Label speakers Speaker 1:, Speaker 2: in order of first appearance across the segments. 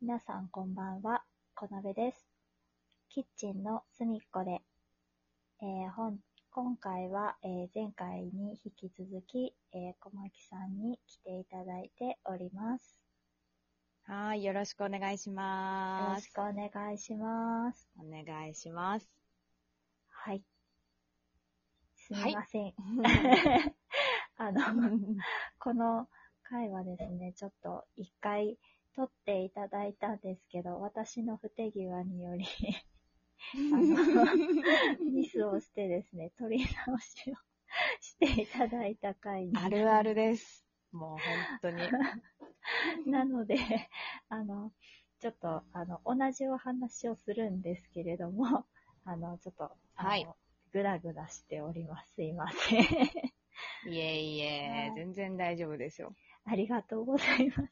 Speaker 1: 皆さんこんばんは、こなべです。キッチンの隅っこで、えー本今回は、えー前回に引き続き、えー小牧さんに来ていただいております。
Speaker 2: はーい、よろしくお願いし
Speaker 1: よ
Speaker 2: ま
Speaker 1: ろし
Speaker 2: す。
Speaker 1: くお願いします。
Speaker 2: お願いし ます。
Speaker 1: はい。すみません。 あの、この回はですね、ちょっと一回撮っていただいたんですけど、私の不手際によりあの、ミスをしてです ね、撮り直しをしていただいた回に。
Speaker 2: あるあるです。もう本 当に。
Speaker 1: なので、 あの、ちょっと、あの、同じお話をするんですけれども、 あの、ちょっと、あの
Speaker 2: はい
Speaker 1: ぐだぐだしております。すいません。
Speaker 2: いえい
Speaker 1: は
Speaker 2: え
Speaker 1: い、
Speaker 2: 全然大丈夫ですよ。
Speaker 1: ありがとうござい ます。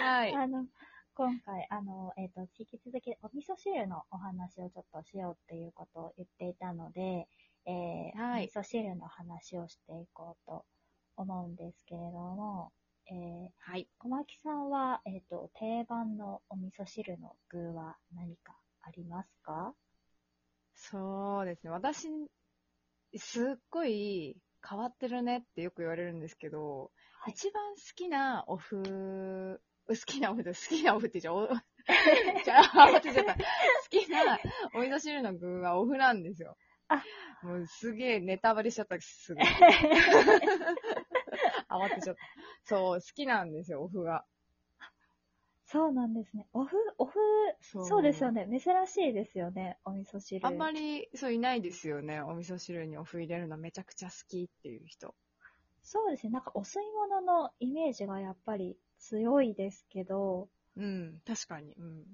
Speaker 2: はい。
Speaker 1: あの、今回、あの、えっ、と、引き続きお味噌汁のお話をちょっとしようっていうことを言っていたので、えー
Speaker 2: はい
Speaker 1: お味噌汁の話をしていこうと思うんですけれども、えー
Speaker 2: はい。
Speaker 1: 小牧さんは、えっ、と、定番のお味噌汁の具は何かありますか
Speaker 2: そうですね。私、すっごい変わってるねってよく言われるんですけど、
Speaker 1: はい
Speaker 2: 一番好きなおふ、好きなおふ、好きなおふって言っちゃお、 じゃあ、慌てちゃった。好きなお味噌汁の具はおふなんですよ。
Speaker 1: あ
Speaker 2: もうすげえネタバレしちゃった、すぐ。 慌てちゃった。そう、好きなんですよ、おふが。
Speaker 1: そうなんですね。おふ、おふ、
Speaker 2: そ
Speaker 1: そうですよ。ね。珍しいですよね。お味噌汁。
Speaker 2: あんまり、そういないですよね。お味噌汁におふ入れるのめちゃくちゃ好きっていう人。
Speaker 1: そうですね。なんかお吸い物のイメージがやっぱり強いですけど、
Speaker 2: うん、確かに。うん。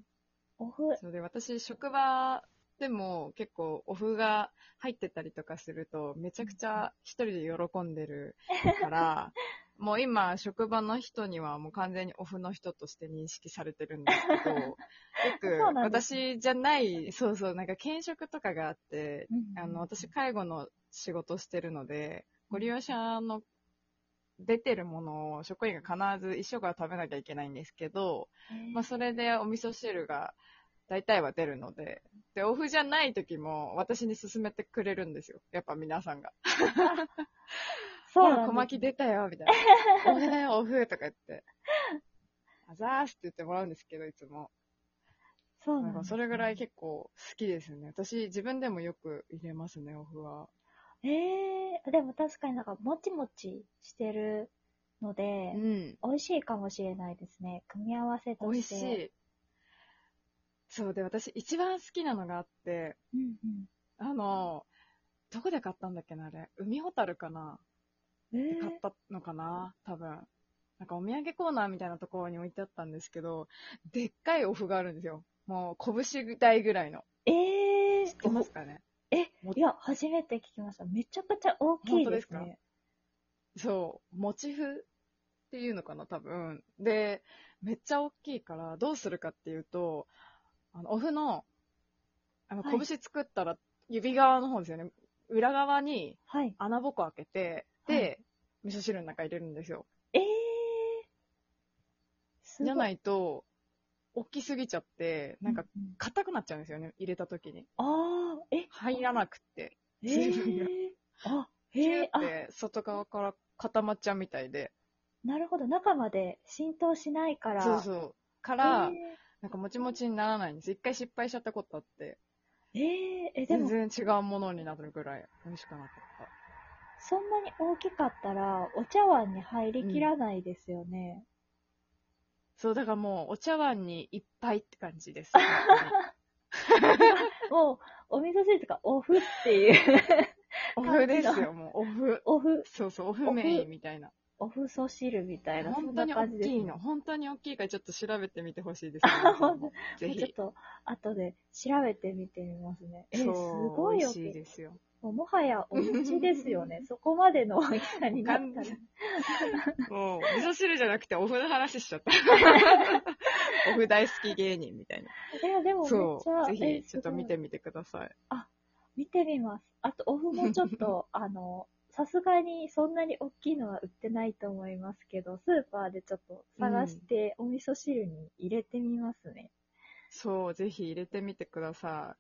Speaker 1: おふ、
Speaker 2: そうで、私、職場でも結構、お風が入ってたりとかすると、めちゃくちゃ一人で喜んでる から、もう今、職場の人にはもう完全にお風の人として認識されてるんですけど、よ
Speaker 1: そう
Speaker 2: く、
Speaker 1: なんです
Speaker 2: 私じゃない、そうそう、なんか転職とかがあって、
Speaker 1: うん
Speaker 2: あの、私、介護の仕事してるので、ご利用者の出てるものを職員が必ず一生から食べなきゃいけないんですけど、
Speaker 1: えー
Speaker 2: まあ、それでお味噌汁が大体は出るので、で、オフじゃない時も私に勧めてくれるんですよ。やっぱ皆さんが。
Speaker 1: そう
Speaker 2: ほ
Speaker 1: な
Speaker 2: ら小
Speaker 1: んです
Speaker 2: 牧出たよ、みたい な。おだよ、オフとか言って。あざーすって言ってもらうんですけど、いつも。
Speaker 1: そう
Speaker 2: な
Speaker 1: なん
Speaker 2: ん
Speaker 1: で
Speaker 2: か
Speaker 1: す
Speaker 2: それぐらい結構好きですね。私自分でもよく入れますね、オフは。
Speaker 1: えー、でも確かになんかもちもちしてるので
Speaker 2: う、ん。
Speaker 1: 美味しいかもしれないですね。組み合わせと
Speaker 2: 美味
Speaker 1: して。
Speaker 2: しい。そうで、私一番好きなのがあって、
Speaker 1: うん
Speaker 2: あの、どこで買ったんだっけな、あれ。海ほたるかな
Speaker 1: うん。えー
Speaker 2: 買ったのかな、多分。なんかお土産コーナーみたいなところに置いてあったんですけど、でっかいお麩があるんですよ。もう拳台ぐらいの。
Speaker 1: えー、
Speaker 2: 知ってますかね
Speaker 1: え
Speaker 2: も、
Speaker 1: いや、初めて聞きました。めちゃくちゃ大きい
Speaker 2: 本当
Speaker 1: で
Speaker 2: ですすか
Speaker 1: ね。
Speaker 2: そう、餅麩っていうのかな多分。で、めっちゃ大きいから、どうするかっていうと、あの、お麩の、あの、
Speaker 1: はい
Speaker 2: 拳作ったら、指側の方ですよね。裏側に
Speaker 1: はい。
Speaker 2: 穴ぼこ開けて、で、
Speaker 1: は
Speaker 2: 味噌汁の中入れるんですよ。
Speaker 1: えー、すご。
Speaker 2: じゃないいと、大きすぎちゃって、なんか
Speaker 1: うう
Speaker 2: 硬くなっちゃうんですよね、入れた時に。
Speaker 1: ああ、え、
Speaker 2: 入らなくて。
Speaker 1: え
Speaker 2: 水
Speaker 1: ー
Speaker 2: 分が、
Speaker 1: あ、
Speaker 2: キ
Speaker 1: へ
Speaker 2: ュー
Speaker 1: え、あ
Speaker 2: っ、て外側から固まっちゃうみたいで。
Speaker 1: なるほど。中まで浸透しないから。
Speaker 2: そう
Speaker 1: う。
Speaker 2: そう。から、
Speaker 1: え
Speaker 2: なんかもちもちにならないんです。一回失敗しちゃったことあって。
Speaker 1: ー、えーえ、で
Speaker 2: 全
Speaker 1: も、
Speaker 2: 然違うものになるぐらい美味しくなかった。
Speaker 1: そんなに大きかったら、お茶碗に入りきらないですよね。
Speaker 2: そう、だからもうお茶碗にいっぱいって感 じです。
Speaker 1: もう、お味噌汁とか、おふって いう。
Speaker 2: お風ですよ、もう。お風。
Speaker 1: おふ、
Speaker 2: そうそう、お風メインみたいな。
Speaker 1: おふそ汁みたいな、そ
Speaker 2: 本
Speaker 1: ん
Speaker 2: 当
Speaker 1: な
Speaker 2: に大
Speaker 1: 感じです
Speaker 2: きい
Speaker 1: ね。
Speaker 2: の。本当に大きいからちょっと調べてみてほ しいです、ね
Speaker 1: あほんと。
Speaker 2: ぜ
Speaker 1: ちょっ
Speaker 2: ひ。
Speaker 1: と、後で調べてみてみますね。えー、す
Speaker 2: そう
Speaker 1: ごい
Speaker 2: 美
Speaker 1: よ
Speaker 2: 味しいですよ。
Speaker 1: もうもはやお家ですよ ね。そこまでの大きさになった
Speaker 2: 完
Speaker 1: ら。
Speaker 2: 全もう、味噌汁じゃなくてお麩の話しち ゃった。お麩大好き芸人みたいな。
Speaker 1: いや、でもめっ
Speaker 2: そ
Speaker 1: ちゃ、
Speaker 2: う。ぜ
Speaker 1: え
Speaker 2: ひ、ちょっと見
Speaker 1: す
Speaker 2: てみてください。
Speaker 1: ごい見てみます。あと、オフもちょっと、あの、さすがにそんなに大きいのは売ってないと思いますけど、スーパーでちょっと探してお味噌汁に入れてみますね。
Speaker 2: そう、ぜひ入れてみてくださ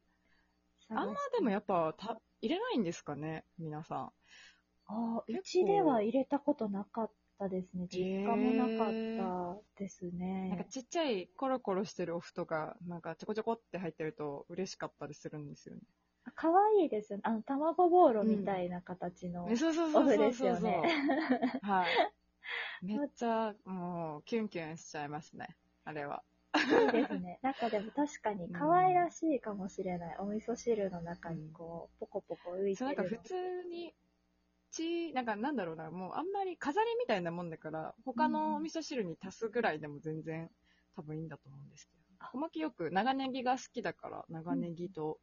Speaker 2: い。あんまでも
Speaker 1: や
Speaker 2: やっぱた入れないんですかね、皆さん。
Speaker 1: あーう
Speaker 2: 結構
Speaker 1: ちでは入れたことなかったですね。実家もなかったです
Speaker 2: なんか
Speaker 1: ね。
Speaker 2: ちっちゃいコロコロしてるお布とか、なんかちょこちょこって入ってると嬉しかったりするんですよね。
Speaker 1: 可愛いいですよね。あの、卵ボーロみたいな形の。
Speaker 2: ねそうそうそうそうそうそ
Speaker 1: オ
Speaker 2: う。
Speaker 1: フですよね
Speaker 2: はい。めっちゃもうキュンキュンしちゃいますね。あれは。
Speaker 1: いいです ね。なんかでも確かに可愛らしいかもしれない。お味噌汁の中にこう、ポコポコ浮いて
Speaker 2: そう
Speaker 1: る
Speaker 2: なんか
Speaker 1: の。
Speaker 2: 普通に、ち、なんかなんだろうな、もうあんまり飾りみたいなもんだから、他のお味噌汁に足すぐらいでも全然多分いいんだと思うんですけど。おまけよく長ネギが好きだから、長ネギと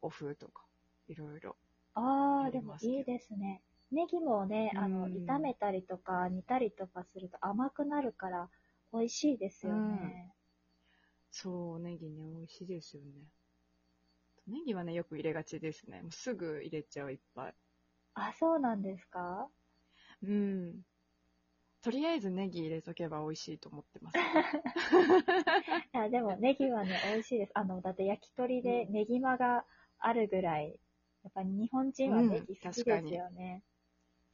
Speaker 2: お風とか、いろいろ。
Speaker 1: ああ、
Speaker 2: 入
Speaker 1: で
Speaker 2: れ
Speaker 1: も
Speaker 2: ますけど
Speaker 1: いいですね。ネギもね、あの、
Speaker 2: うん
Speaker 1: 炒めたりとか煮たりとかすると甘くなるから美味しいですよね。
Speaker 2: そう、ネギね、美味しいですよね。ネギはね、よく入れがちですね。もうすぐ入れちゃう、いっぱい。
Speaker 1: あ、そうなんですか
Speaker 2: うん。とりあえずネギ入れとけば美味しいと思って ます。
Speaker 1: いや、でもネギはね、美味しいです。あの、だって焼き鳥で
Speaker 2: う
Speaker 1: ネギ間があるぐらい、やっぱり日本人はネギ好きですよね。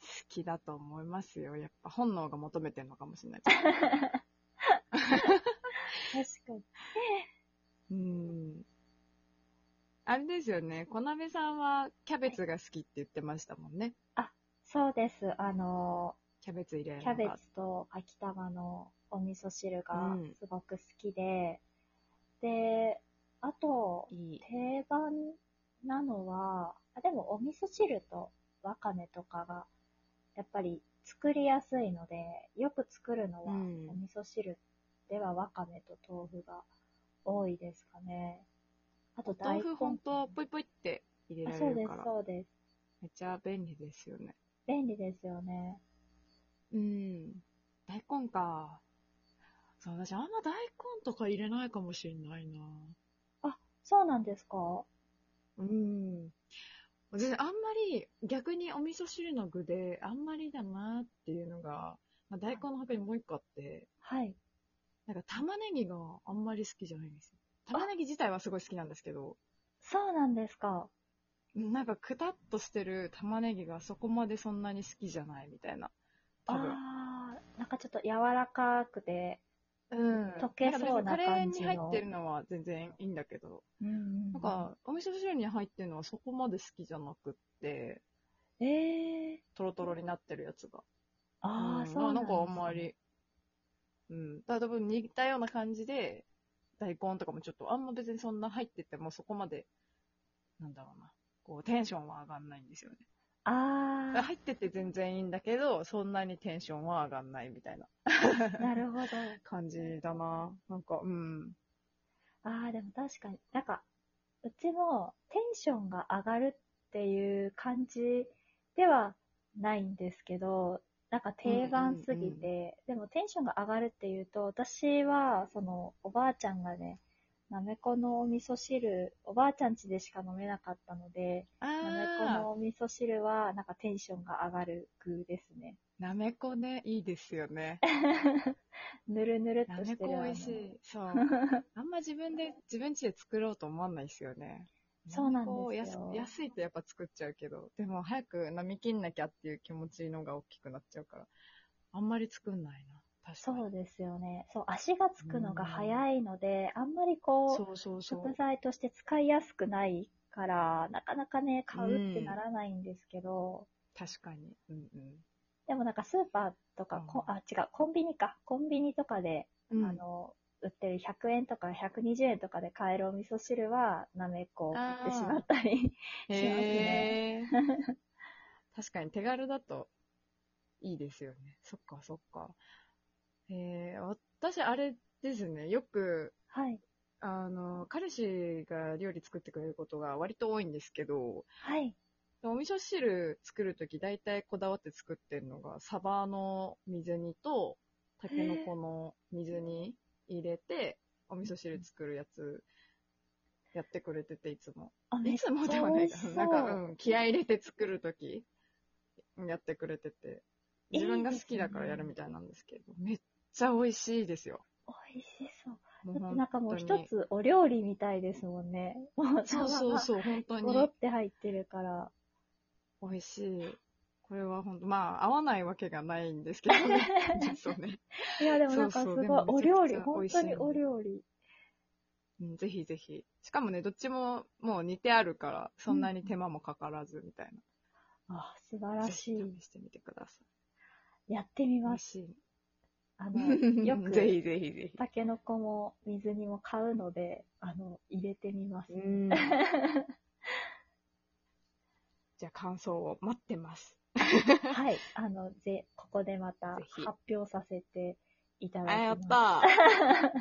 Speaker 2: 好きだと思いますよ。やっぱ本能が求めてるのかもしれない。
Speaker 1: 確かに。
Speaker 2: うん。あれですよね。小鍋さんはキャベツが好きって言ってましたもんね。
Speaker 1: そうです。あの、
Speaker 2: キャベツ入れる
Speaker 1: キャ
Speaker 2: の
Speaker 1: ベ
Speaker 2: が。
Speaker 1: ツと秋玉のお味噌汁が
Speaker 2: うん
Speaker 1: すごく好きで、で、あと、
Speaker 2: いい。
Speaker 1: 定番なのは、あでもお味噌汁とわかめとかが、やっぱり作りやすいので、よく作るのは、
Speaker 2: うん
Speaker 1: お味噌汁ではわかめと豆腐が多いですかね。あと大
Speaker 2: 豆
Speaker 1: 根。
Speaker 2: 腐ほんと、ぽいぽいって入れ
Speaker 1: あ
Speaker 2: ら
Speaker 1: そ
Speaker 2: れ
Speaker 1: うで
Speaker 2: る
Speaker 1: す
Speaker 2: か、ら。
Speaker 1: そうです。
Speaker 2: めっちゃ便利ですよね。
Speaker 1: 便利ですよね。
Speaker 2: うん。大根か。そう、私あんま大根とか入れないかもしれないな。
Speaker 1: そうなんですか
Speaker 2: うん。私あんまり逆にお味噌汁の具であんまりだなっていうのが、まあ、大根の他にもう一個あって、
Speaker 1: はい。
Speaker 2: なんか玉ねぎがあんまり好きじゃないんですよ。玉ねぎ自体はすごい好きなんですけど、
Speaker 1: そうなんですか。
Speaker 2: なんかくたっとしてる玉ねぎがそこまでそんなに好きじゃないみたいな。多分。
Speaker 1: ああ、なんかちょっと柔らかくて。
Speaker 2: うん。
Speaker 1: 溶けそうな感じの
Speaker 2: なんか別にカレーに入ってるのは全然いいんだけど、
Speaker 1: うんうんうん
Speaker 2: なん、か、お味噌汁に入ってるのはそこまで好きじゃなくって、
Speaker 1: ええー、
Speaker 2: トロトロになってるやつが。
Speaker 1: ああ、
Speaker 2: うん
Speaker 1: そうなんで
Speaker 2: なん
Speaker 1: す
Speaker 2: か
Speaker 1: ね
Speaker 2: あんま。り。うん。ただ多分似たような感じで、大根とかもちょっと、あんま別にそんな入っててもそこまで、なんだろうな。こう、テンションは上がんないんですよね。
Speaker 1: ああ。
Speaker 2: 入ってて全然いいんだけど、そんなにテンションは上がんないみたいな
Speaker 1: なるほど。
Speaker 2: 感じだな。なんか、うん。
Speaker 1: ああ、でも確かに、なんか、うちもテンションが上がるっていう感じではないんですけど、なんか定番すぎて、
Speaker 2: う
Speaker 1: でもテンションが上がるっていうと、私は、その、おばあちゃんがね、なめこのお味噌汁、おばあちゃん家でしか飲めなかったので、なめこ
Speaker 2: ああ、
Speaker 1: のお味噌汁は、なんかテンションが上がる具です ね。
Speaker 2: なめこね、いいですよね。
Speaker 1: ぬるぬるっ
Speaker 2: な
Speaker 1: とし
Speaker 2: め
Speaker 1: てる。
Speaker 2: こ美味しい。 そう。あんま自分で、自分家で作ろうと思わないですよね。
Speaker 1: そうなんですよ
Speaker 2: なめこ安安いとやっぱ作っちゃうけど、でも早く飲みきんなきゃっていう気持ちのが大きくなっちゃうから、あんまり作んないな。確かに
Speaker 1: そ。うですよね。そう、足がつくのが早いので、あんまりこう、
Speaker 2: そうそうそう
Speaker 1: 食材として使いやすくないから、なかなかね、買うって
Speaker 2: うん
Speaker 1: ならないんですけど、
Speaker 2: 確かに。うん
Speaker 1: でもなんかスーパーとか、こ
Speaker 2: うん
Speaker 1: あ、違う、コンビニか。コンビニとかで、
Speaker 2: うん。
Speaker 1: あの、売ってる100円とか120円とかで買えるお味噌汁は、なめこを買ってしまったり。
Speaker 2: へ
Speaker 1: します
Speaker 2: え
Speaker 1: ね
Speaker 2: 確かに手軽だといいですよね。そっかそっか。えー、私あれですね、よく、
Speaker 1: はい。
Speaker 2: あの、彼氏が料理作ってくれることが割と多いんですけど、
Speaker 1: はい。
Speaker 2: お味噌汁作るとき大体こだわって作ってるのが、サバの水煮と、タケノコの水煮入れて、お味噌汁作るやつ、やってくれてて、いつも。
Speaker 1: あ、め
Speaker 2: い
Speaker 1: っち
Speaker 2: つ
Speaker 1: ゃ
Speaker 2: もでは
Speaker 1: 美
Speaker 2: ない
Speaker 1: 味
Speaker 2: か
Speaker 1: し
Speaker 2: ら、
Speaker 1: そう。
Speaker 2: なんか、うん、気合い入れて作るとき、やってくれてて、
Speaker 1: いい
Speaker 2: 自分が好きだからやるみたいなんですけど、めっちゃ美味しいですよ。
Speaker 1: 美味しそう。
Speaker 2: も
Speaker 1: だってなんかもう
Speaker 2: 本当
Speaker 1: 一
Speaker 2: に
Speaker 1: つお料理みたいですもんね。もう
Speaker 2: そうそうそう、本当
Speaker 1: ごろ
Speaker 2: に
Speaker 1: って入ってるから。
Speaker 2: 美味しい。これは本当、まあ、合わないわけがないんですけ どね。実はね。
Speaker 1: いやでもなんかす
Speaker 2: そ
Speaker 1: ご
Speaker 2: うそう
Speaker 1: い
Speaker 2: でも
Speaker 1: お料
Speaker 2: めち
Speaker 1: 理、
Speaker 2: ゃくちゃ美
Speaker 1: 本
Speaker 2: 味しい
Speaker 1: 当
Speaker 2: んで
Speaker 1: にお料理。
Speaker 2: うんぜひぜひ。しかもね、どっちももう似てあるから、そんなに手間もかからずみたい
Speaker 1: あ、素晴
Speaker 2: な。
Speaker 1: ら
Speaker 2: ぜ
Speaker 1: し
Speaker 2: ひ
Speaker 1: い。
Speaker 2: 試してみてください。
Speaker 1: やってみ
Speaker 2: 美
Speaker 1: ま
Speaker 2: 味
Speaker 1: す。
Speaker 2: しい。
Speaker 1: あ の、よく、
Speaker 2: ぜひぜひぜひ。
Speaker 1: タケノコも水煮も買うので、あの、入れてみます。
Speaker 2: うん。 じゃあ感想を待ってます。
Speaker 1: はい。あの、ぜ、ここでまた
Speaker 2: ぜひ
Speaker 1: 発表させていただきま
Speaker 2: あ、
Speaker 1: す。
Speaker 2: やっ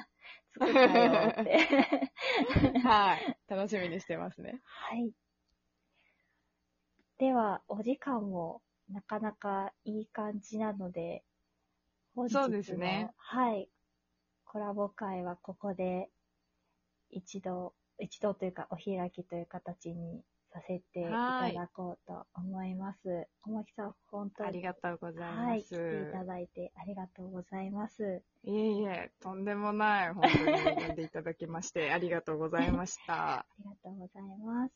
Speaker 2: た
Speaker 1: 作ったよって。
Speaker 2: ーはい。楽しみにしてますね。
Speaker 1: はい。では、お時間もなかなかいい感じなので、本日の
Speaker 2: そうですね。
Speaker 1: はい。コラボ会はここで一度、一度というかお開きという形にさせてい
Speaker 2: は
Speaker 1: た
Speaker 2: い
Speaker 1: だこうと思います。小牧さん、本当
Speaker 2: あり
Speaker 1: に。
Speaker 2: がとうござい
Speaker 1: は
Speaker 2: ま
Speaker 1: い。来
Speaker 2: す。
Speaker 1: ていただいてありがとうございます。
Speaker 2: いえいえ、とんでもない。本当に呼んでいただきまして、ありがとうございました。
Speaker 1: ありがとうございます。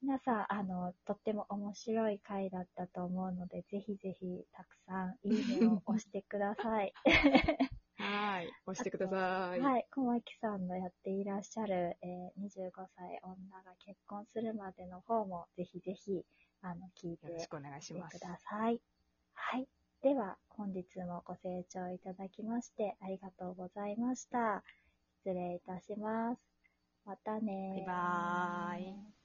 Speaker 1: 皆さん、あの、とっても面白い回だったと思うので、ぜひぜひ、たくさん、いいねを押してくださ い。
Speaker 2: はい。押してください。
Speaker 1: はい。小牧さんのやっていらっしゃる、えー25歳女が結婚するまでの方も、ぜひぜひ、あの、聞いて
Speaker 2: よろしくお願いしま
Speaker 1: く
Speaker 2: す。
Speaker 1: ださい。はい。では、本日もご清聴いただきまして、ありがとうございました。失礼いたします。またねー
Speaker 2: バイバーイ